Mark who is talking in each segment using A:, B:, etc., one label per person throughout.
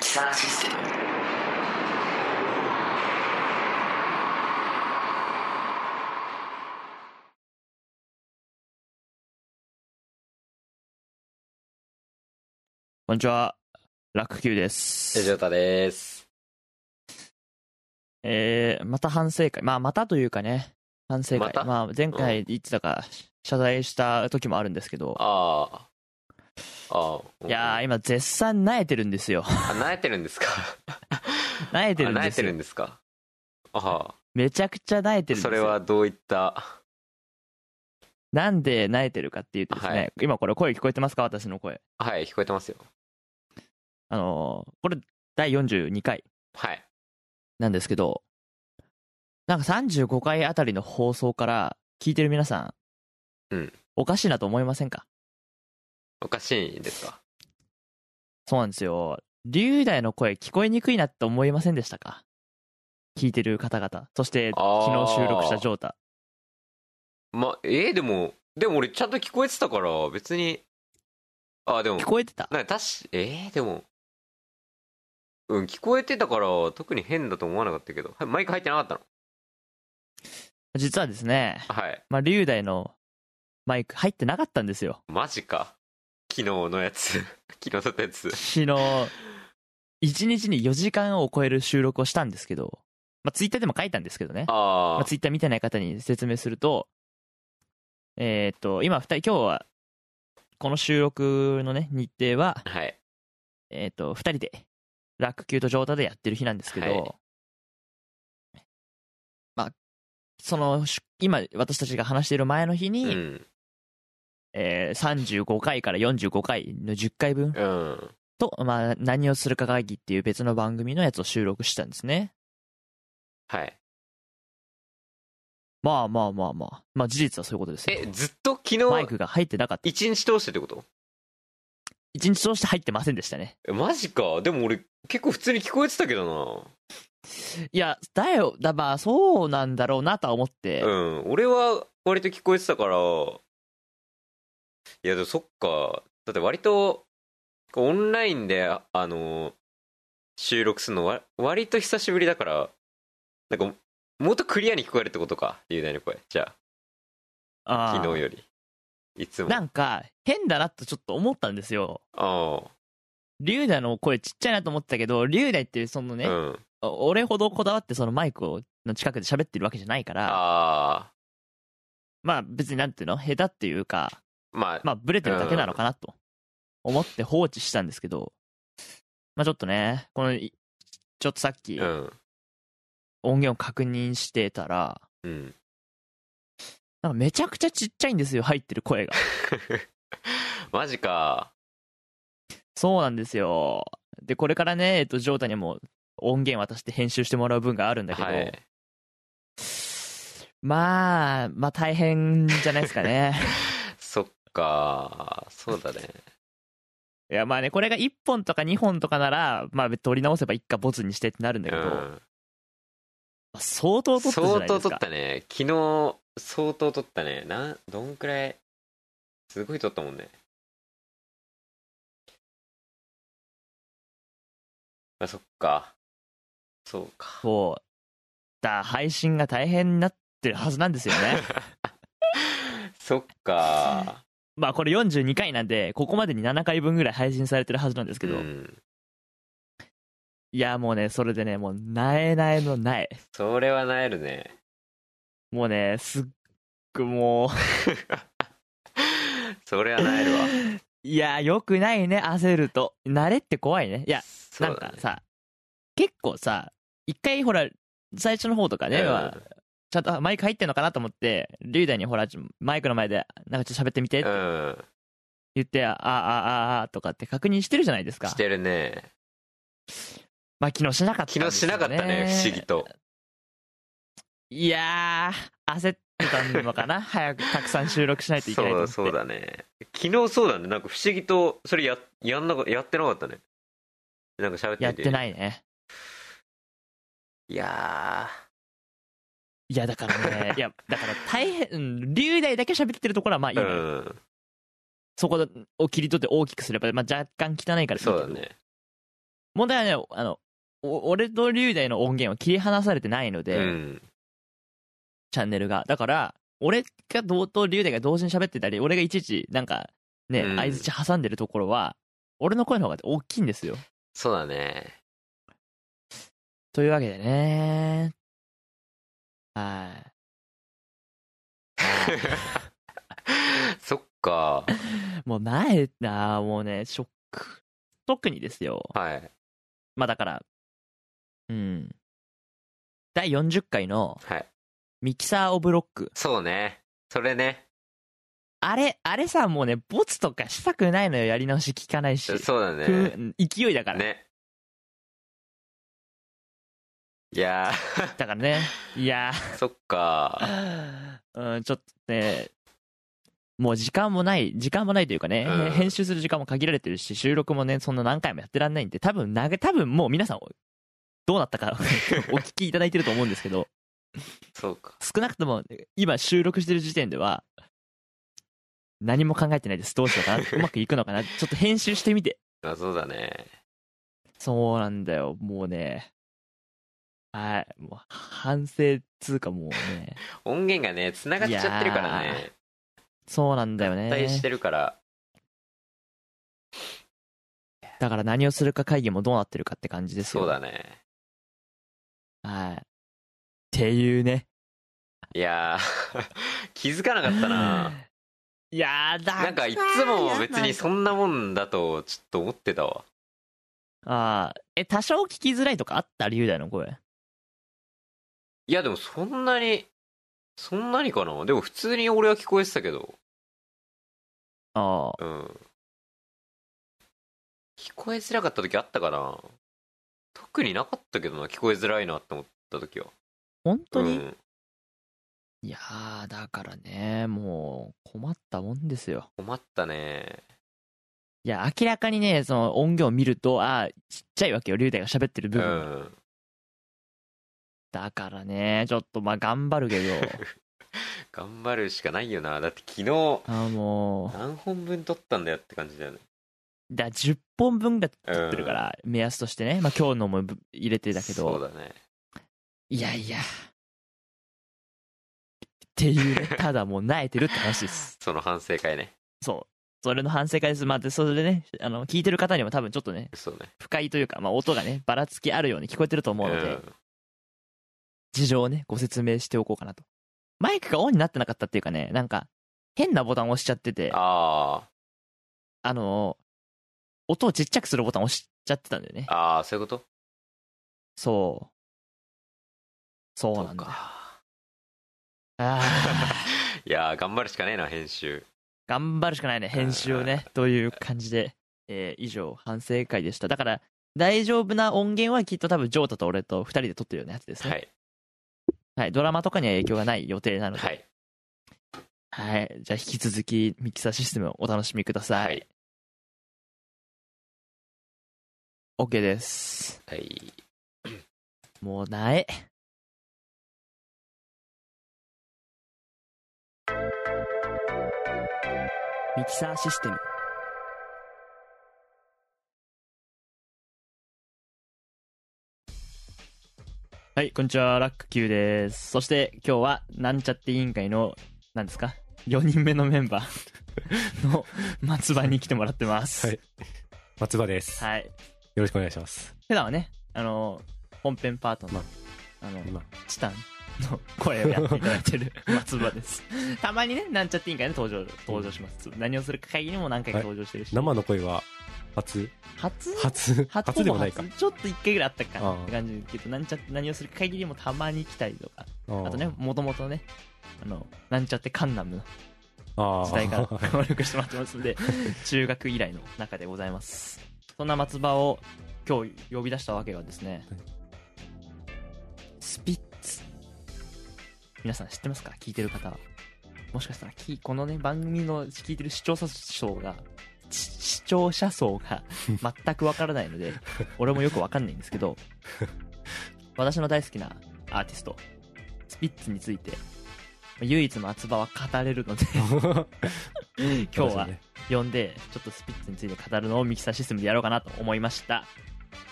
A: キサーシステム
B: こんにちは。楽球です。
C: えじょうたです。
B: えー、また反省会。まあ、またというかね、反省会。
C: また
B: まあ、前回言ってたか、謝罪した時もあるんですけど、
C: ああ。ああ。
B: いや
C: ー
B: ー、今、絶賛萎えてるんですよ。
C: あ、慣れてるんですか
B: 萎えてるん
C: あ慣
B: で
C: れ
B: す
C: てる
B: よ
C: ん。ですかあ
B: めちゃくちゃ萎えて
C: あ。
B: るんですよ。
C: それはどういった、
B: なんで萎えてるかっていうとですね、
C: はい
B: 今これ声聞こえてますか私の声。
C: はい、聞こえてますよ。
B: あのーこれ、第42回
C: はい。
B: なんですけど、なんか35回あたりの放送から、聞いてる皆さん、
C: うん
B: おかしいなと思いませんか
C: おかしいですか
B: そうなんですよ。龍大の声聞こえにくいなって思いませんでしたか聞いてる方々。そして、
C: あー
B: 昨日収録したジョータ。
C: ま、えーでも、でも俺ちゃんと聞こえてたから、別に。ああ、でも
B: 聞、こえてた
C: なんか確かえーでも。うん、聞こえてたから、特に変だと思わなかったけど。はいマイク入ってなかったの
B: 実はですね、
C: はい。
B: まあ、龍大のマイク入ってなかったんですよ。
C: マジか。昨日のやつ。 昨日撮ったやつ。
B: 昨日、1日に4時間を超える収録をしたんですけど、まあ、ツイッターでも書いたんですけどね。
C: あ
B: まあ、ツイッター見てない方に説明すると、えーっと、今二人、今日は、この収録のね、日程は、
C: あ。はい。
B: えっ、と、二人で、ラック級と上太でやってる日なんですけど、
C: はい
B: まあ、その、し今、私たちが話している前の日
C: う
B: に、
C: ん。
B: えー35回から45回の10回分
C: うん。
B: と、まあ、何をするか会議っていう別の番組のやつを収録したんですね。
C: はい。
B: まあまあまあまあ、まあ事実はそういうことですよ
C: え、ずっと昨
B: マイ
C: 日、
B: クが入ってなかった。
C: 一日通してってこと
B: 一日通して入ってませんでしたね。
C: えマジか。でも俺、結構普通に聞こえてたけど
B: いや、だよ、だ、まあ、そうなんだろうなとは思って、
C: な。うん。俺は割と聞こえてたから、いや、でもそっか。だって割と、こうオンラインで、あの、収録するのわ、割と久しぶりだから、なんか、もっとクリアに聞こえるってことか、雄大の声。じゃあ、
B: あー
C: 昨日より。いつも。
B: な
C: あ
B: んか、変だなとちょっと思ったんですよ。
C: あ、
B: 龍大の声ちっちゃいなと思ってたけど、龍大っていうそのね、
C: うん。
B: お俺ほどこだわってそのマイクをの近くで喋ってるわけじゃないから、
C: ああ、
B: まあ別になんていうの下手っていうか、
C: まあ、
B: まあブレてるだけなのかなと思って放置したんですけど、まあちょっとね、このい、ちょっとさっき
C: うん。
B: 音源を確認してたら、
C: うん。
B: なんかめちゃくちゃちっちゃいんですよ、入ってる 声が。
C: マジか。
B: そうなんですよ。で、これからね、えっと、ジョータにも音源渡して編集してもらう分があるんだけど、
C: はい。
B: まあ、まあ大変じゃないですか ね。
C: そっか。そうだね。
B: いや、まあね、これが1本とか2本とかなら、まあ取り直せば一家ボツにしてってなるんだけど、ま
C: う
B: あ相当
C: ん。
B: 取ったじゃ
C: 相
B: ないで
C: 当
B: す
C: 取っ
B: か。
C: たね。昨日、相当取ったね。なん、どんくらい、すごい取ったもんね。あ、そっか。そうか。
B: そう。だ、配信が大変になってるはずなんですよ ね。
C: そっか。
B: まあこれ42回なんで、ここまでに7回分ぐらい配信されてるはずなんですけど、
C: うん。
B: いや、もうね、それでね、もう、なえなえのない。
C: それはなえるね。
B: もうね、すっごいもう、
C: それはなえるわ
B: いや、よくないね、焦ると。慣れって怖いね。いや、
C: そ
B: な
C: うんだ
B: か
C: ね
B: さ、結構さ、一回ほら、最初の方とかね、
C: うん
B: まあちゃんとあマイク入ってんのかなと思って、リュウダイにほら、ちょマイクの前で、なんかちょっと喋ってみてって
C: うん
B: 言って、ああ、ああ、あとかって確認してるじゃないですか
C: し。てるね
B: まあ、昨日しなかったんです
C: 昨
B: よね。
C: 日しなかったね不思議と
B: いやー、焦ってたの かな早くたくさん収録しないといけないと
C: そ
B: 思って。
C: うそうだね昨日そうだねなんか不思議とそれややんなかやってなかったねなんか喋って
B: やって
C: い
B: ないね。
C: いや
B: いや、だから ね、いや、だから大変うん、リュウダイだけ喋ってるところはまあいい
C: ー
B: の
C: う
B: よ
C: ん
B: そこを切り取って大きくすれば、まあ、若干汚いからいいけ
C: そ
B: ど
C: うだね
B: 問題はねあのお俺と龍大の音源は切り離されてないの
C: う
B: で、
C: ん
B: チャンネルがだから俺がどうと龍大が同時に喋ってたり俺がいちいちなんかね
C: うん
B: 相づち挟んでるところは俺の声の方が大きいんですよ
C: そうだね
B: というわけでねはい
C: そっか
B: もうないなもうねショック特にですよ
C: はい
B: まあだからうん第40回の
C: はい
B: ミキサー・オブ・ロック
C: そうねそれね
B: あれ、あれさ、もうね、ボツとかしたくないのよ、やり直し聞かないし。
C: そうだ
B: ふ
C: ね
B: ん勢いだから。
C: ねいや
B: だからね、いや
C: ー そっか
B: ー、 うん、ちょっとね、もう時間もない、時間もないというかね、
C: うん
B: 編集する時間も限られてるし、収録もね、そんな何回もやってらんないんで、多分、なげ、多分もう皆さん、どうなった かお聞きいただいてると思うんですけど、
C: そうか
B: 少なくとも今収録してる時点では、何も考えてないです。どうしようかな。うまくいくのかな。ちょっと編集してみて。
C: まあそうだね
B: そうなんだよ、もうね。はい、もう反省っつうかもうね。
C: 音源がね繋がっちゃってるから
B: いや
C: ね
B: そうなんだよ
C: 期待し
B: ね。
C: てるから
B: だから何をするか会議もどうなってるかって感じですよ。
C: そうだね
B: はい。っていうね。
C: いやー 気づかなかったな
B: いやーだ
C: なんかいつも別にそんなもんだとちょっと思ってたわ
B: ああ、え、多少聞きづらいとかあった龍大の声。
C: いやでもそんなにそんなにかなでも普通に俺は聞こえてたけど
B: ああ。
C: うん聞こえづらかった時あったかな特になかったけどな聞こえづらいなって思った時は
B: 本当に、
C: うん、
B: いやー、だからね、もう困ったもんですよ。
C: 困ったね
B: いや、明らかにね、その音源を見ると、ああ、ちっちゃいわけよ、龍大が喋ってる
C: う
B: 部分が。
C: ん
B: だからね、ちょっとまあ頑張る けど、
C: 頑張るしかないよなだって昨日
B: あも
C: 何本分撮ったんだよって感じだよね
B: う、だ10本分が撮ってるから、目安としてね、まあ今日のもぶ入れてだけ
C: そう
B: ど、
C: だね
B: いやいや、っていう ね、ただもう慣れてるって話です。
C: その反省会ね
B: そう。それの反省会です。まあ、で、それでね、あの、聞いてる方にも多分ちょっとね、
C: そうね
B: 不快というか、まあ、音がね、ばらつきあるように聞こえてると思うので、
C: ん
B: 事情をね、ご説明しておこうかなと。マイクがオンになってなかったっていうかね、なんか、変なボタンを押しちゃってて、
C: あ
B: あの、音をちっちゃくするボタン押しちゃってたんだよね
C: あ。ああそういうこと
B: そう。そうなんだよ。
C: か
B: あ ー
C: いやー頑張るしかねえな編集
B: 頑張るしかないね、編集をね。という感じで、えー以上、反省会でした。だから、大丈夫な音源はきっと多分、ジョータと俺と二人で撮ってるようなやつですね。
C: は
B: はい。
C: い
B: ドラマとかには影響がない予定なので。
C: はい
B: はい。じゃあ、引き続き、ミキサーシステムをお楽しみください。
C: は
B: はいい。OK です。
C: はい
B: もうない。ミキサーシステム。はい、こんにちは、ラック Q です。そして今日は、なんちゃって委員会の、なんですか ?4 人目のメンバーの松葉に来てもらってます。
D: はい松葉です、
B: はい。
D: よろしくお願いします
B: 普段はね、あの、本編パートのあの、
D: 今
B: チタンの声をやっていただいて る松葉です。 たまにね、なんちゃっていいんかね、登場、登場します。ちょっと何をするか限りも何回か登場してるし。
D: 生の声は初
B: 初
D: 初初でもないか
B: 初ちょっと一回ぐらいあったかな
D: ああ
B: って感じだけど、なんちゃって何をするか限りもたまに来たりとか、
D: あー
B: あとね、もともとね、あの、なんちゃってカンナムの
D: あー
B: 時代から 協力してもらってますので、中学以来の中でございます。そんな松葉を今日呼び出したわけがですね
D: はい、
B: スピッツ。皆さん知ってますか聞いてる方は。もしかしたら、きこのね、番組の聞いてる視聴者層が、ち視聴者層 が全くわからないので、俺もよくわかんないんですけど、私の大好きなアーティスト、スピッツについて、唯一松葉は語れるので、今日は呼んでちょっとスピッツについて語るのをミキサーシステムでやろうかなと思いました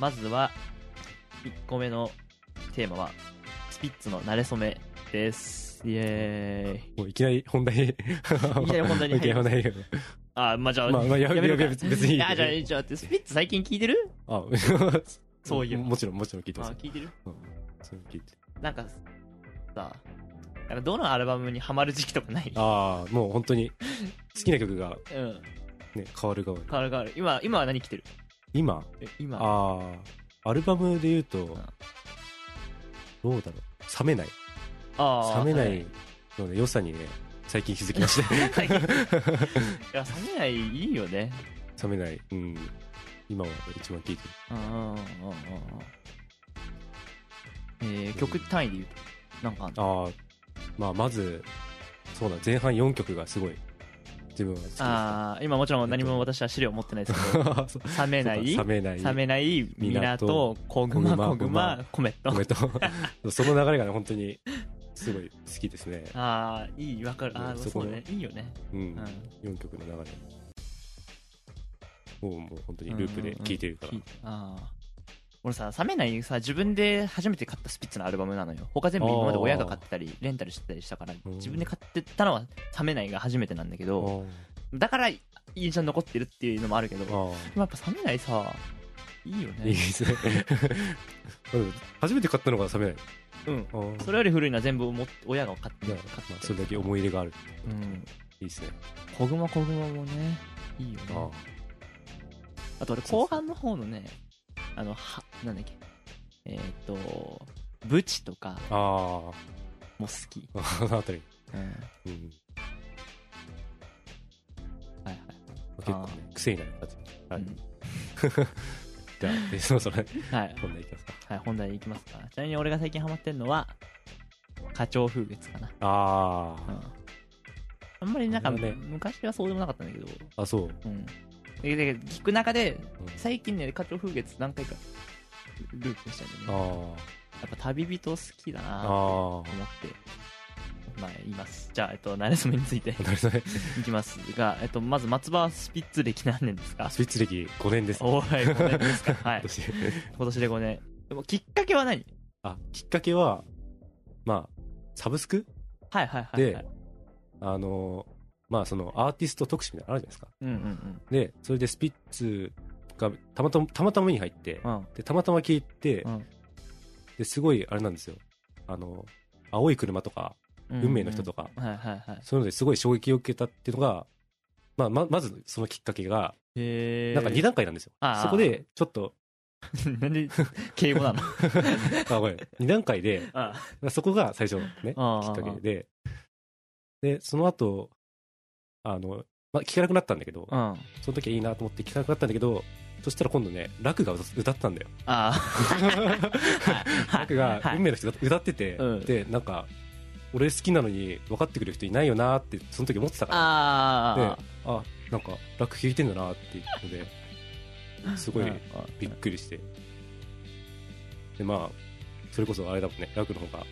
B: まずは1個目のテーマはスピッツの馴れ初めですイエーイ
D: もういきなり本題いき
B: きなり本題に入る
D: いきなり本題に
B: あまあじゃあ、
D: まあまあや
B: やめるか
D: やめ別別にいい
B: いやじゃあちょっと待ってスピッツ最近聞いてる
D: あ
B: そういえば
D: もちろんもちろん聞いて
B: あ
D: ますよ
B: 聞いてる
D: うんそれ聞いて
B: なんかさなんかどのアルバムにハマる時期とかない
D: ああもう本当に好きな曲が
B: うん
D: ね変わる変わる
B: 変わる変わる今今は何来てる
D: 今
B: え今
D: ああアルバムで言うとどうだろう冷めない
B: あー
D: 冷めないので良さにね最近気づき ました
B: 最近いや冷めないいいよね
D: 冷めないうん今は一番聴いてる
B: うんうんうんうんうんえー、曲単位で言うとなんかあんの
D: ああまあまずそうだ前半4曲がすごい自分は好きです
B: あー今もちろん何も私は資料持ってないですけ ど
D: そう
B: 冷めない
D: 冷めない
B: 冷めない港
D: 港
B: 小熊
D: 小熊
B: 小熊コメッ
D: おめ
B: ト
D: でと うその流れがね本当にすごい好きですね
B: ああいいわかるああ
D: うん
B: そ
D: そこ
B: うねいいよね
D: うん、
B: うん
D: 4曲の流れをもう本当にループで聴いてるから、
B: うんうんうんきああ俺さ冷めないさ自分で初めて買ったスピッツのアルバムなのよ他全部今まで親が買ってたりレンタルしてたりしたから
D: うん
B: 自分で買ってたのは冷めないが初めてなんだけ
D: あ
B: どだから印象に残ってるっていうのもあるけど
D: ーあ
B: でもやっぱ冷めないさいいよ
D: ーいいで
B: ね
D: すね うん初めて買ったのが冷めない
B: うん
D: あー
B: それより古いのは全部も親が買って
D: じゃ
B: 買っ
D: あ
B: て
D: まあそれだけ思い入れがある
B: うん
D: いいですね
B: 小熊小熊もねいいよね
D: あ
B: あと俺後半の方のねあのはなんだっけえーっ、とブチとか
D: ああ
B: も好き、
D: ー あのあたり、
B: うん、はい
D: うん、
B: はい、
D: 結構ね癖になる感じはい、
B: うん
D: じゃ あでそろそろ
B: はい
D: 本題いきますか
B: はい、本題いきますかちなみに俺が最近ハマってるのは花鳥風月かな、
D: あ
B: う
D: あ
B: ん、あんまりなんか、
D: なるほどね
B: 昔はそうでもなかったんだけど
D: あそう、
B: うんでで聞く中で
D: うん
B: 最近ね花鳥風月何回かループしたんだよね
D: あ
B: やっぱ旅人好きだな
D: あ
B: と
D: あ
B: 思ってまあ言いますじゃあえっと慣れ初めについて
D: あなるほどね
B: いきますが、えっと、まず松葉スピッツ歴何年ですか
D: スピッツ歴5年です
B: おーい5年ですか はい
D: 私
B: 今年で5年でもきっかけは何
D: あきっかけはまあサブスク
B: はいはいはい、はい、
D: で、あのまあそのアーティスト特集みたいなのあるじゃないですか
B: うんうん
D: でそれでスピッツがたまたまたまたま目に入って
B: うんうん
D: でたまたま聞いて、
B: うん
D: ですごいあれなんですよあの青い車とか
B: うん
D: 運命の人とか、
B: はいはいはい
D: そういうのですごい衝撃を受けたっていうのが、まあ、ままずそのきっかけが
B: へえ
D: なんか2段階なんですよ、
B: あー
D: そこでちょっと
B: なんで敬語なの
D: あごめん2段階で
B: あ
D: そこが最初のね
B: あ
D: きっか
B: あ
D: けででその後あの、まあ、聞かなくなったんだけ
B: う
D: ど
B: んあ
D: その時はいいなと思って聞かなくなったんだけどそしたら今度ね楽が歌歌ってた んだよ
B: あ
D: 楽が運命の人が歌ってて、
B: うん
D: でなんか俺好きなのに分かってくれる人いないよなってその時思ってたから
B: あ
D: で
B: ー
D: あなんか楽弾いてんだなっていうのですごい
B: うん
D: びっくりしてでまあそれこそあれだもんね楽の方が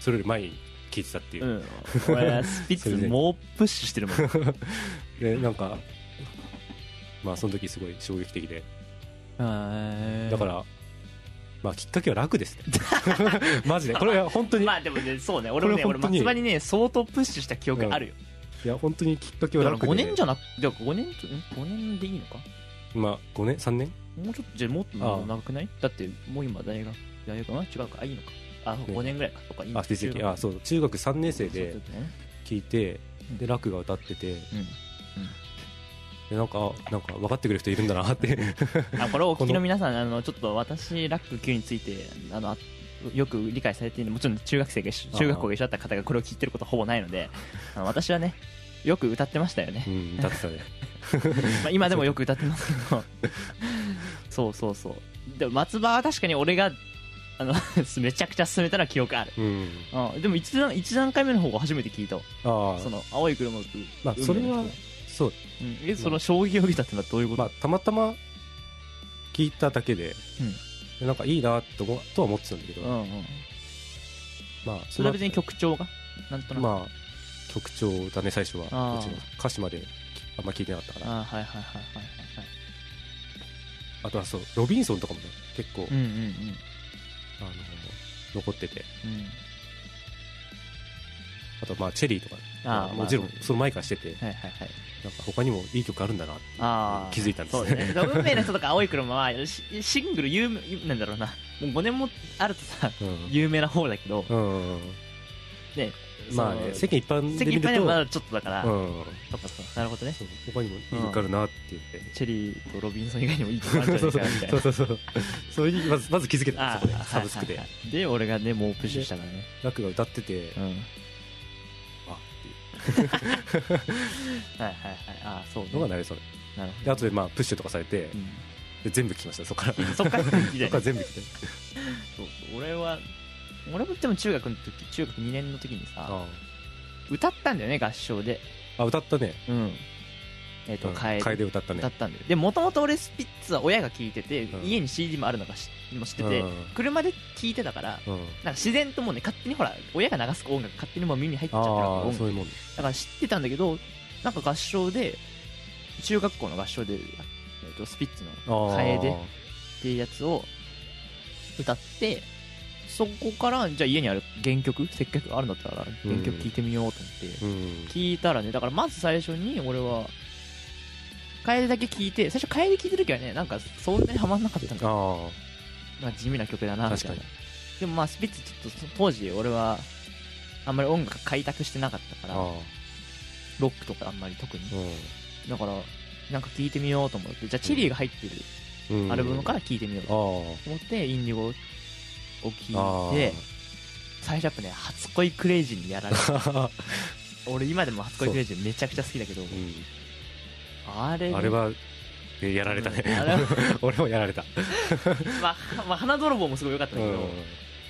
D: それより前に聴いてたっていう
B: う、ん、俺スピッツ猛プッシュして るもん
D: でなんかまあその時すごい衝撃的でだ
B: だ
D: から、まあきっかけは 楽ですねマジでこれは本当に、
B: まあでもねそうね俺もね
D: こ
B: 俺
D: れ本当に
B: 松葉にね相当プッシュした記憶あるよ、
D: いや本当にきっかけは
B: だから
D: 楽で
B: 5年じゃなくて5年ちょん5年でいいのか
D: まあ5年3年
B: もうちょっとじゃあもっと
D: ああ
B: 長くないだってもう今大学大学は違うかあいいのかあ、
D: ね
B: 5年ぐらいか。とか、今
D: あ成績
B: 中
D: あそう中学3年生
B: 学そう
D: で
B: だね
D: 聞いて
B: うん
D: で楽が歌ってて
B: う
D: でなんかあなんか分かってくれる人いるんだなって
B: ん。あ、これをお聞きの皆さん、あの、ちょっと私、ラック Q について、あの、あよく理解されているもちろん中学生が一緒
D: あー
B: 中学校が一緒だった方がこれを聞いてることはほぼないの で、あの私はね、よく歌ってましたよね
D: う。ん歌ってたね
B: まあ、今でもよく歌ってますけ どそうそうそうでも松葉は確かに俺があの めちゃくちゃ勧めたら記憶ある、
D: うん
B: うん、でも一段一段階目の方が初めて聞いたわ
D: ああ
B: その青い車の運命の人
D: まあそれは
B: うん
D: そう
B: えその衝撃を受けたってのはどういうこと、
D: まあたまたま聞いただけで
B: うん
D: でなんかいいなと思とは思ってたんだけど
B: うんうん、
D: まあ
B: それは別に曲調がなんとなく、
D: まあ曲調だね最初
B: あ
D: は
B: あ
D: うちの歌詞まであんま聞いてなかったから
B: ああはいはいはいはいはい
D: あとはそうロビンソンとかもね結構、
B: うんうんうん
D: あの残ってて
B: うん
D: あとまあチェリーとか
B: ああ
D: もちろん
B: まあ
D: その前からしてて
B: はいはいはい
D: なんか他にもいい曲あるんだなって
B: あー
D: 気づいたんです
B: そうね。だから運命の人とか青い車はシシングル有名なんだろうな。もう5年もあるとさ、
D: うん
B: 有名な方だけど、
D: うんうん
B: ね、
D: まあね
B: そ
D: 世間一般
B: の
D: で
B: 世間一
D: 見ると
B: 般でもまだちょっとだから、
D: うん
B: とかそうなるほどね。
D: そう他にもいい曲あるなって言って
B: チェリーとロビンソン以外にもいいとこあるんじ
D: そ
B: ゃ
D: う
B: ないですかみたい
D: そうそうそうそういうまずまず気づけ
B: な。
D: たそこ
B: あ
D: で
B: ー
D: サブスクで
B: はいはいはいで、俺がね、もうプッシュしたからね。
D: 楽が歌ってて
B: うん。はい
D: あってい
B: はいはい。ああ、そうね
D: うのがなれそう
B: なるほ
D: で
B: ど。
D: あとでまあプッシュとかされて
B: うん
D: で全部聞きましたそこからそ
B: そっから聞いて
D: こから全部聞いて
B: そうそう俺は、俺もでも中学の時、中学2年の時にさ、
D: あ
B: 歌ったんだよね、合唱で。
D: あ歌ったね
B: うん。えっ、と、
D: 楓、
B: カエ
D: で
B: ル
D: 歌ったね
B: だったんだよ。で、もともと俺スピッツは親が聞いてて、
D: うん
B: 家に CD もあるのかしも知ってて、
D: うん
B: 車で聞いてたから、なんか
D: うん
B: 自然ともうね、勝手にほら、親が流す音楽勝手にもう耳に入っちゃってるわ
D: あ
B: け
D: あ
B: 音
D: そう
B: 楽
D: いうもん
B: だから知ってたんだけど、なんか合唱で、中学校の合唱で、えっと、スピッツの
D: ああ
B: 楓っていうやつを歌って、そこから、じゃあ家にある原曲、せっかくあるんだったら原曲聴いてみようと思って、
D: うん
B: 聞いたらねだからまず最初に俺は楓だけ聞いて最初楓聞いた時はねなんかそんなにハマんなかったんだ
D: あ
B: なんか地味な曲だなみたいな
D: 確か
B: でもまあスピッツちょっとそ当時俺はあんまり音楽開拓してなかったから
D: あああ
B: ロックとかあんまり特に
D: う
B: だからなんか聞いてみようと思ってじゃあチェリーが入って
D: んうん
B: るアルバムから聞いてみよう
D: あ
B: と
D: あ
B: 思ってインディゴを
D: あ
B: 聞いて最初やっぱね初恋クレイジーにやられ た
D: あ
B: 俺今でも初恋クレイジーめちゃくちゃ好きだけど
D: う
B: あれ
D: ん
B: に
D: あれはえやられたね
B: うんあれは
D: 俺もやられた
B: まあ、まあ、花泥棒もすごい良かったん
D: う
B: だけ
D: ん
B: ど、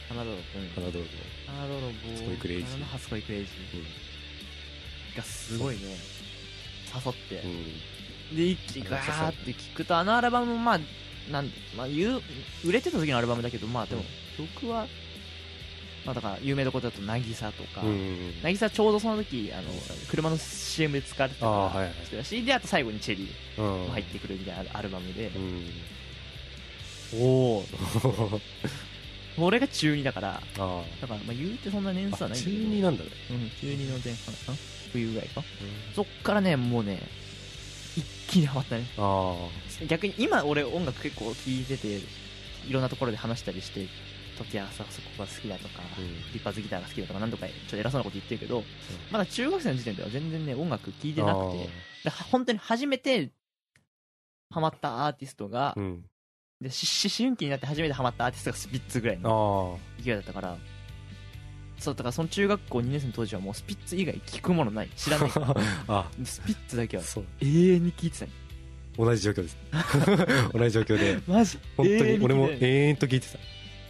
B: 花泥棒、うん
D: 花道具
B: 花泥棒
D: 初恋クレイジー
B: 花の初恋クレイジーがすごいね、誘って
D: う、ん
B: で、一気にガーって聞くと、あのアルバムもまあ、なんまあ、言う売れてた時のアルバムだけど、まあでも、曲は、まあだから、有名どころだと、渚とか、
D: うん
B: 渚ちょうどその時、あの、車の CM で使われてた
D: ああはい
B: か
D: はい
B: ら、してたし、で、あと最後にチェリ
D: うん
B: ーも入ってくるみたいなアルバムで
D: う、ん
B: おお俺が中2だから、
D: あ
B: だから、まあ言うてそんな年数
D: あ
B: はないんだ
D: 中
B: けど。
D: 二なんだね
B: うん、中二の前半かな冬ぐらいか。そっからね、もうね、一気にハマったね。
D: あ
B: 逆に今俺音楽結構聴いてて、いろんなところで話したりして、時はさ、そこが好きだとか、
D: あうん
B: リッパーズギターが好きだとか、なんとかちょっと偉そうなこと言ってるけど、まだ中学生の時点では全然ね、音楽聴いてなくて、で本当に初めて、ハマったアーティストが、
D: あーうん
B: でし思春期になって初めてハマったアーティストがスピッツぐらいの
D: あー
B: 勢いだったからそうだからその中学校2年生の当時はもうスピッツ以外聞くものない知らないから
D: あ
B: スピッツだけは
D: そう
B: 永遠に聞いてたね
D: 同じ状況です 同じ状況で
B: マジ
D: 本当に俺も
B: 永遠聞いてたね
D: 永遠と聞いてた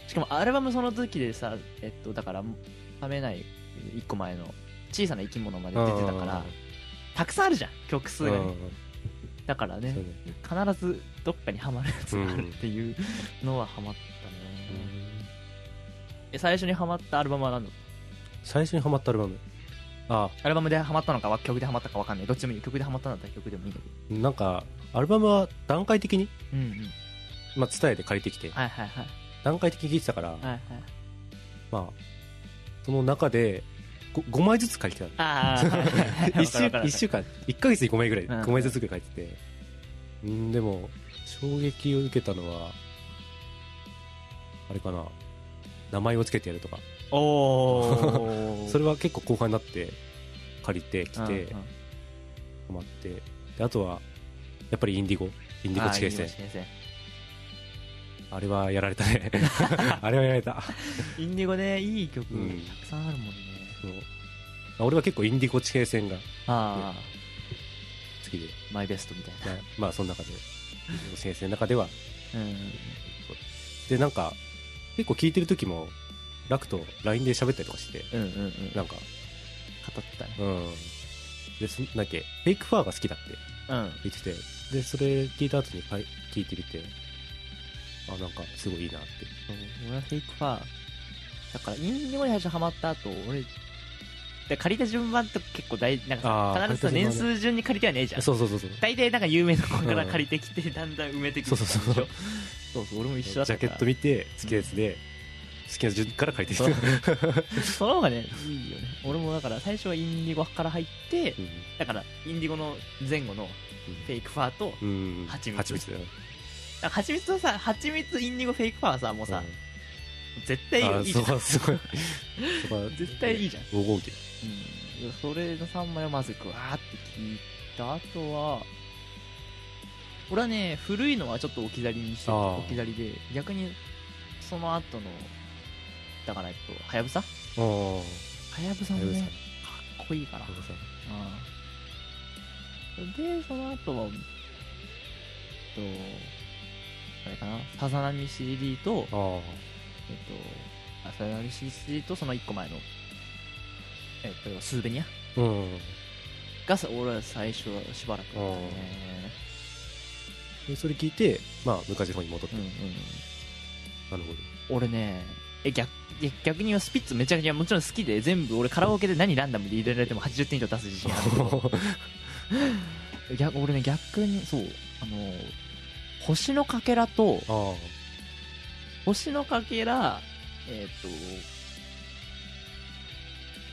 B: しかもアルバムその時でさえっとだから食べない1個前の小さな生き物まで出てたからたくさんあるじゃん曲数
D: うん
B: が
D: う
B: ね、
D: ん
B: だからね
D: そうね
B: 必ずどっかにはまるやつがあるっていうのはハマった
D: う
B: ね、
D: ん
B: え最初にハマったアルバムは何だ
D: 最初にハマったアルバムあ
B: アルバムでハマったのか曲でハマったか分かんないどっちでもいい曲でハマったんだったら曲でもいいんだけど
D: なんかアルバムは段階的に
B: うんうん
D: まあ伝えて借りてきて
B: はいはいはい
D: 段階的に聞いてたから
B: はいはい
D: まあその中で 5, 枚ずつ借りて た
B: ああ、はいはいはい
D: 一週一週間1ヶ月に5枚ぐらい
B: うん
D: 5枚ずつぐらい書いててうんでも衝撃を受けたのはあれかな名前をつけてやるとか
B: おー
D: それは結構後半になって借りてき
B: うんう
D: て
B: ん
D: 泊まってであとはやっぱりインディゴインディゴ地
B: あー
D: 形
B: いいね
D: 戦
B: 地平線
D: あれはやられ たね あれはやられた
B: インディゴねいい曲た
D: うん
B: くさんあるもんね
D: そう俺は結構インディゴ地平線が
B: ああ
D: 好きで、
B: マイベストみたいな
D: まあ、まあその中でインディゴ地平線の中では
B: うん
D: でなんか結構聞いてる時もラクと LINE で喋ったりとかして
B: うんうんうん語
D: な
B: っ
D: んか
B: てたね
D: うんでそなんだっけフェイクファーが好きだって
B: うん
D: 言っててでそれ聞いた後にかい聞いてみてあなんかすごいいいなって
B: そう俺はフェイクファーだからインディゴに最初ハマった後俺で借りた順番と結構大なんか
D: あ
B: さ
D: ー
B: 必ずさ
D: 借り
B: 年
D: た順番ね
B: 数順に借りてはねえじゃん
D: そうそうそうそう
B: 大体なんか有名な子から
D: うん
B: 借りてきて、だんだん埋めてく
D: そ
B: る
D: うそうそう
B: そうそう俺も一
D: ジ
B: 緒だった
D: ャ
B: か
D: ケ
B: ら
D: ット見て好きなやつで、好きな順から書いてきた
B: そうその方がねいいよね俺もだから最初はインディゴから入って
D: うん
B: だからインディゴの前後のフェイクファーと
D: うん
B: 蜂蜜
D: 蜂蜜だよ
B: あ蜂蜜とさ蜂蜜インディゴフェイクファーはさもうさ、絶対
D: うんあ
B: いいじ
D: そ
B: ゃん
D: こはすごいそこは
B: 絶対いいじゃん、
D: 黄金期
B: うん、それの3枚をまずグワーって聞いたあとは俺はね古いのはちょっと置き去りにして
D: あ
B: た
D: ー
B: 置き去りで逆にその後のだからえっとはやぶさ
D: ああ
B: はやぶさも
D: はやぶ
B: ね
D: さ
B: かっこいいからうんでその後はえっとあれかなさざ波 CD と
D: ああ
B: えっと、あ、さよなら CC とその1個前の、えっと、スーベニア
D: うん
B: がさ俺は最初はしばらくだったね。
D: でそれ聞いてまあ昔の方に戻って、
B: うんうん
D: なるほど
B: 俺ね、え、逆、逆逆にはスピッツめちゃくちゃもちろん好きで全部俺カラオケで何ランダムで入れられても80点以上出す自信あるんだけど逆俺ね逆にそうあの星のかけらと
D: あ
B: 星のかけらえっ、と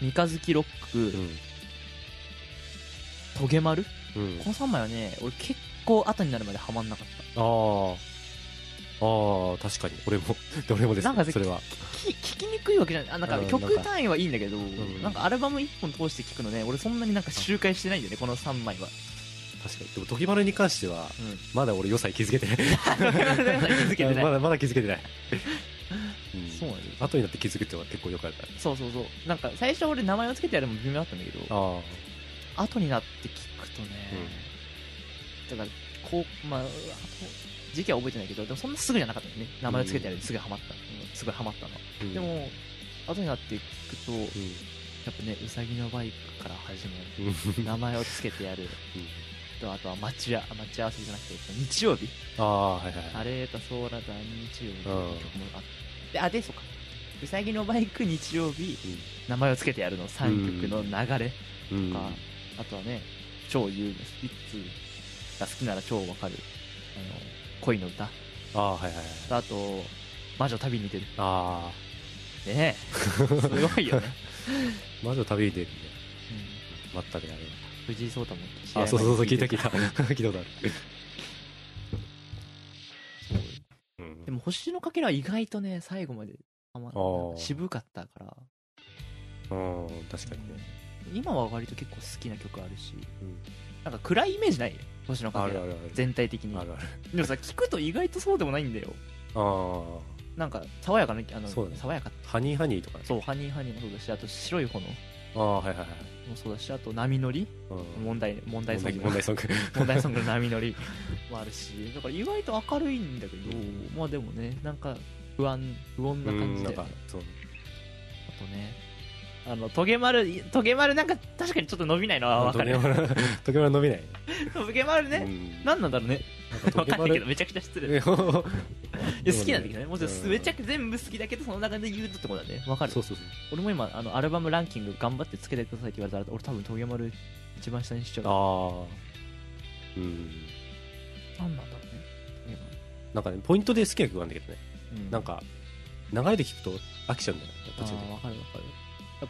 B: 三日月ロッ
D: あ
B: ク、トゲマル
D: うん、うん、
B: この3枚はね俺結構後になるまでハマんなかっ
D: ああああ確かに俺もどれもです
B: なんか
D: ねそれは
B: た聞き聞きにくいわけじゃないあなんか
D: うん
B: 曲単位はいいんだけど、
D: ん
B: なんかアルバム1本通して聞くのね俺そんなになんか周回してないんだよねこの3枚は
D: 確かにでも「ときまる」に関しては まだ俺良さに気づけてない
B: あの気づけてない、
D: まだまだ気づ けてない、うん、
B: そうなんだよ
D: 後になって気づくってのは結構よくあるから
B: そうそうそうなんか最初俺名前をつけてやるのも微妙だったんだけど
D: あ
B: 後になって聞くとね、だからこうまああと時期は覚えてないけどでもそんなすぐじゃなかったよね名前をつけてやるですぐハマった、うんすぐハマったの、
D: あ、うん
B: でも後になって聞くとや
D: うん
B: っぱねうさぎのバイクから始まる
D: うんうん
B: 名前をつけてやるとあとは待ちあ待ち合わせじゃなくて日曜日
D: ああはいはい
B: あ
D: れ
B: れだそうだだ日曜日の曲もあってあでそうかうさぎのバイク日曜日
D: うん
B: 名前をつけてやるの3曲の流れ
D: う
B: と
D: ん
B: か、あとはね超有名スピッツが好きなら超わかるあの恋の歌
D: ああはいはいはい
B: あと魔女旅に出る
D: ああ
B: ねえすごいよね、
D: 魔女旅に出るね
B: う
D: 待ったであれ
B: ん、藤井聡太も試合
D: あそうそうそう
B: 前に
D: 聞いた
B: て
D: 聞いた 聞いたことある
B: そう
D: うん
B: でも星のかけらは意外とね最後まであんま
D: あー
B: 渋かったから
D: うん確かにね
B: 今は割と結構好きな曲あるし
D: うん
B: なんか暗いイメージない星のか
D: あ
B: け
D: る
B: ら
D: あるある
B: 全体的に
D: あるある
B: でもさ聞くと意外とそうでもないんだよ
D: ああ
B: なんか爽やかなあの、
D: そうだね
B: 爽やか
D: ハニーハニーとかね
B: そうハニーハニーもそうだしあと白い炎も
D: ああはいはいはい
B: そうだしあと波乗り
D: うん
B: 問題問題ソング
D: 問題 ソング
B: 問題ソングの波乗り もあるしだから意外と明るいんだけどまあでもねなんか不安不穏な感じ
D: な
B: だ
D: ん
B: よ
D: か
B: ね
D: そう
B: あとね、あの、トゲ丸、トゲ丸なんか確かにちょっと伸びないのはわかる。
D: 時計は伸びない
B: トゲ丸
D: う
B: ね、
D: ん
B: なんなんだろうね。
D: なん
B: わかんないけど、
D: 時
B: めちゃくちゃ失礼。い
D: 計丸
B: や、好きなんだけどね。もちろ
D: うん
B: ん、めちゃくちゃ全部好きだけど、その中で言うとってことだね。わかる
D: そう。そうそう
B: 俺も今、あの、アルバムランキング頑張ってつけてくださいって言われたら、俺多分トゲ丸一番下にしちゃう。
D: ああうん
B: なんなんだろうね。トゲ
D: なんかねポイントで好きな曲があるんだけどね
B: 丸う
D: なん、か長いで聞くと飽きちゃうんだよね
B: あ
D: 途中で
B: ーわかるわかる。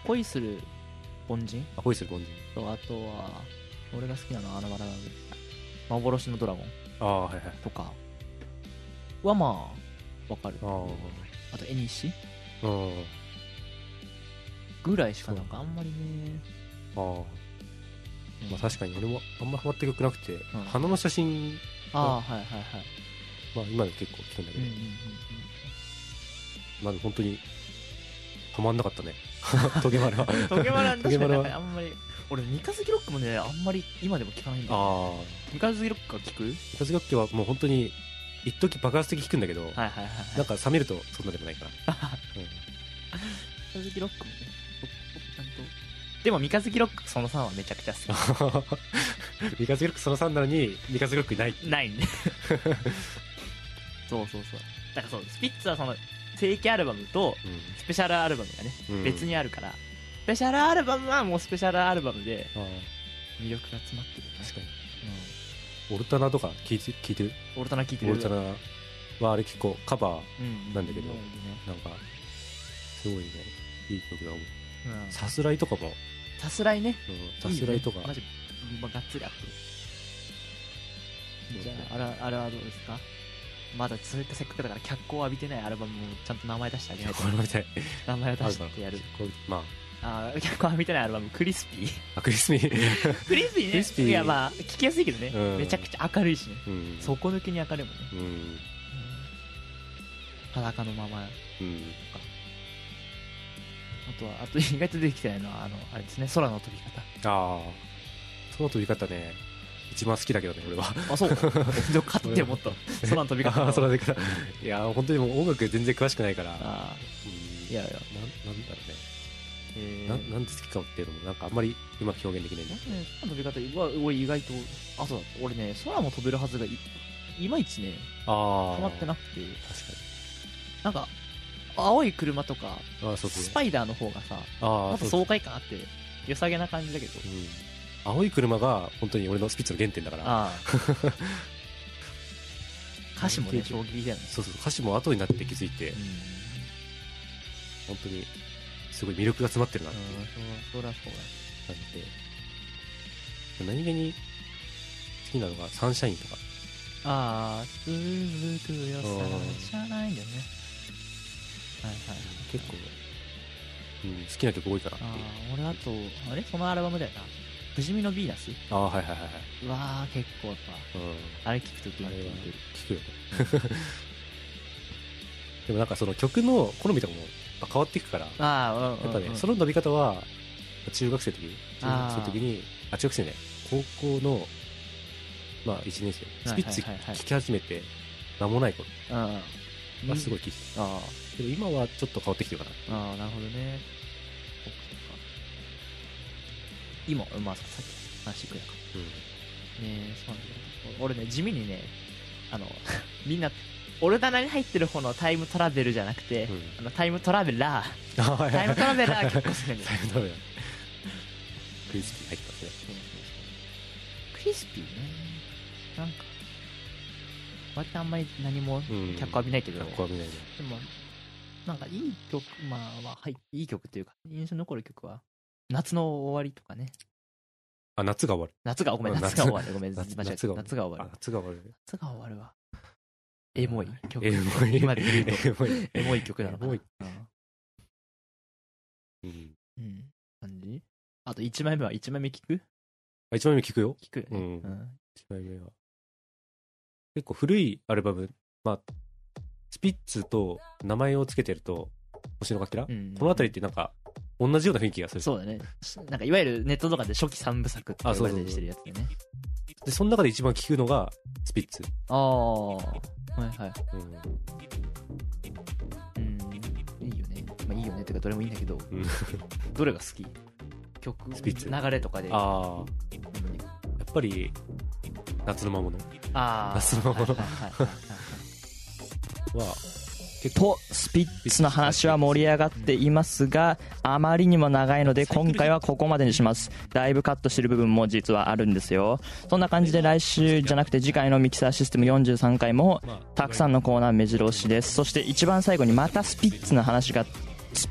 B: 恋する凡人
D: あ恋する凡人
B: と、あとは、俺が好きなのは、あの、バラなんで幻のドラゴン
D: ああはいはい
B: とかは、まあ、わかる。
D: あ
B: あと、絵にし
D: あうん
B: ぐらいしかなんかあんまりね、
D: ああまあ確かに俺もあんまハマってくなくて、
B: ん
D: 花の写真
B: ああはいはいはい、
D: まあ今で結構来てんだけ
B: うん
D: ど
B: うん、うんうん
D: まあ本当にハマんなかっ たねトゲマルは
B: トゲマラ
D: トゲマラは
B: あんまり俺三日月ロックもねあんまり今でも聞かないんだよ
D: ああ
B: 三日月ロックは聞く
D: 三日月楽器はもう本当に一時爆発的に弾くんだけど、
B: はいはいはいは
D: ないんか冷めるとそんなでもないから、うん
B: 三日月ロックもねちゃんとでも三日月ロックその3はめちゃくちゃ好
D: あはは三日月ロックその3なのに三日月ロックいない
B: きないんで そうそうそうだからそうスピッツはその正規アルバムとスペシャルアルバムがね、
D: うん
B: 別にあるからスペシャルアルバムはもうスペシャルアルバムで
D: ああ
B: 魅力が詰まってる、ね
D: 確かにオルタナとか聞いて聞いてる
B: うん、オルタナ聞いて
D: オ
B: る
D: ルタナはあれ結構カバー
B: うん
D: なんだけど
B: うん
D: なんかすごいねいい曲だもん
B: うん
D: さすらいとかも
B: さすらいね
D: うんさすらいとか
B: いいねマジ、まあ、がっつりあってるじゃああれはあれはどうですかまだそういったせっかくだから脚光を浴びてないアルバムもちゃんと名前出してあげないと
D: これみたい
B: 名前を 出
D: あるか
B: し
D: ら
B: てやる
D: こうまあ
B: ああ脚光を浴びてないアルバムクリスピー
D: あクリス ミ
B: クリスピーね
D: クリスピー
B: いやまあ聞きやすいけどね、
D: うん
B: めちゃくちゃ明るいしね
D: うんう
B: 底抜けに明るいもんね、
D: うん
B: 裸のままあ
D: うん
B: とはあと 意外と出てきてないのはあのあれですね空の飛び方
D: ああその飛び方ね一番好きだけどね俺は
B: あそうでも勝ってよ もっと空の飛び
D: あ
B: 方
D: ーその飛び方いやー本当にもう音楽全然詳しくないから
B: あ
D: うん
B: ーいやいや
D: なんなんだろうね、
B: えー
D: なんなんで好きかっていうのもなんかあんまりうまく表現できない
B: なん
D: ね
B: かね、空の飛び方は俺意外とあそうだ俺ね空も飛べるはずがいいまいちね
D: あ
B: ハマってな
D: く
B: くて
D: 確
B: なんか青い車とか
D: かにあーそうそう
B: スパイダーの方がさ
D: あ
B: また
D: あそう
B: 爽快感あって良さげな感じだけど
D: うん青い車が本当に俺のスピッツの原点だから
B: ああ 歌詞もね衝撃だよね
D: そうそう歌詞も後になって気づいて
B: うん
D: 本当にすごい魅力が詰まってるな
B: あ
D: っていう
B: そうそうだそうだ
D: 感じで何気に好きなのがサンシャインとか
B: ああ続くよ
D: あー
B: さ知らないんだよねはいはい
D: 結構、うん、好きな曲多いかなっていう
B: ああ俺あとあれそのアルバムだよな「不死身のヴィーナス」
D: ああーはいはいはいはいう
B: わー結構やっ
D: う
B: ぱあれ聞くとき
D: ん
B: に
D: あれは
B: 聞いてる
D: 聞くよね でもなんかその曲の好みとかもやっぱ変わっていくからや
B: ああうんうん
D: っぱね、
B: うん
D: その伸び方は中学生の時中学生
B: あー
D: の時にあ中学生ね高校のまあ1年生ス
B: はい
D: ピッツ
B: はいはいはい
D: 聴き始めて間もない頃
B: うんうん
D: はすごい
B: い
D: 聴いて
B: あ
D: た、でも今はちょっと変わってきてるかな
B: あああなるほどねそっかそっか今まあさっき話してくれたか
D: う
B: ねえそうなんだよ俺ね地味にねあの みんなオルタナに入ってる方のタイムトラベルじゃなくて、
D: ん、うん、
B: あのタイムトラベラー
D: あ
B: タイムトラベラー結構好きなんだよ
D: タイムトラベラークリスピー入ってますね
B: クリスピーねなんか割とあんまり何も
D: うん
B: 脚光浴びないけど、
D: 学校は見ないね
B: でも、なんかいい曲、まあ、まあはい、いい曲っていうか、印象に残る曲は、夏の終わりとかね。
D: あ夏が終わる
B: 夏が、ごめん、
D: うん
B: 夏が終わる。ごめん、間違え
D: 夏
B: た夏が
D: 夏が
B: 終
D: 終わる
B: わ
D: あ
B: る。
D: 夏が終わる
B: 夏が終わるわ。エモい曲。
D: エモい
B: 今で言うと、
D: エモい
B: エモい曲なのかな。
D: エモい
B: うん
D: うん
B: うん。感じあと1枚目は、1枚目聞く
D: あ一枚目聞くよ
B: 聞くよね。
D: うん
B: うん
D: 一枚目は結構古いアルバムまあスピッツと名前をつけてると星のかけら、
B: うん
D: この辺りってなんか同じような雰囲気がする
B: そうだね。なんか、いわゆるネットとかで初期3部作って呼ばれたりしてるやつだよね。
D: でその中で一番聞くのがスピッツ、
B: ああ。はいはい。
D: う
B: う
D: ん
B: ん。いいよね。まあ、いいよね。ってか、どれもいいんだけど。
D: うん
B: どれが好き曲
D: スピッツ
B: 流れとかであ
D: ああやっぱり夏の魔物は
B: あー
D: あそう
B: はいはいはいはい
D: 結構
B: とスピッツの話は盛り上がっていますがあまりにも長いので今回はここまでにしますだいぶカットしてる部分も実はあるんですよそんな感じで来週じゃなくて次回のミキサーシステム43回も
D: まあ
B: たくさんのコーナー目白押しですそして一番最後にまたスピッツの話が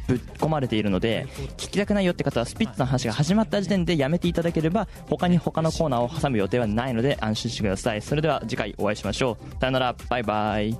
B: ぶっ込まれているので聞きたくないよって方はスピッツの話が始まった時点でやめていただければ他に他のコーナーを挟む予定はないので安心してくださいそれでは次回お会いしましょうさよならバイバイ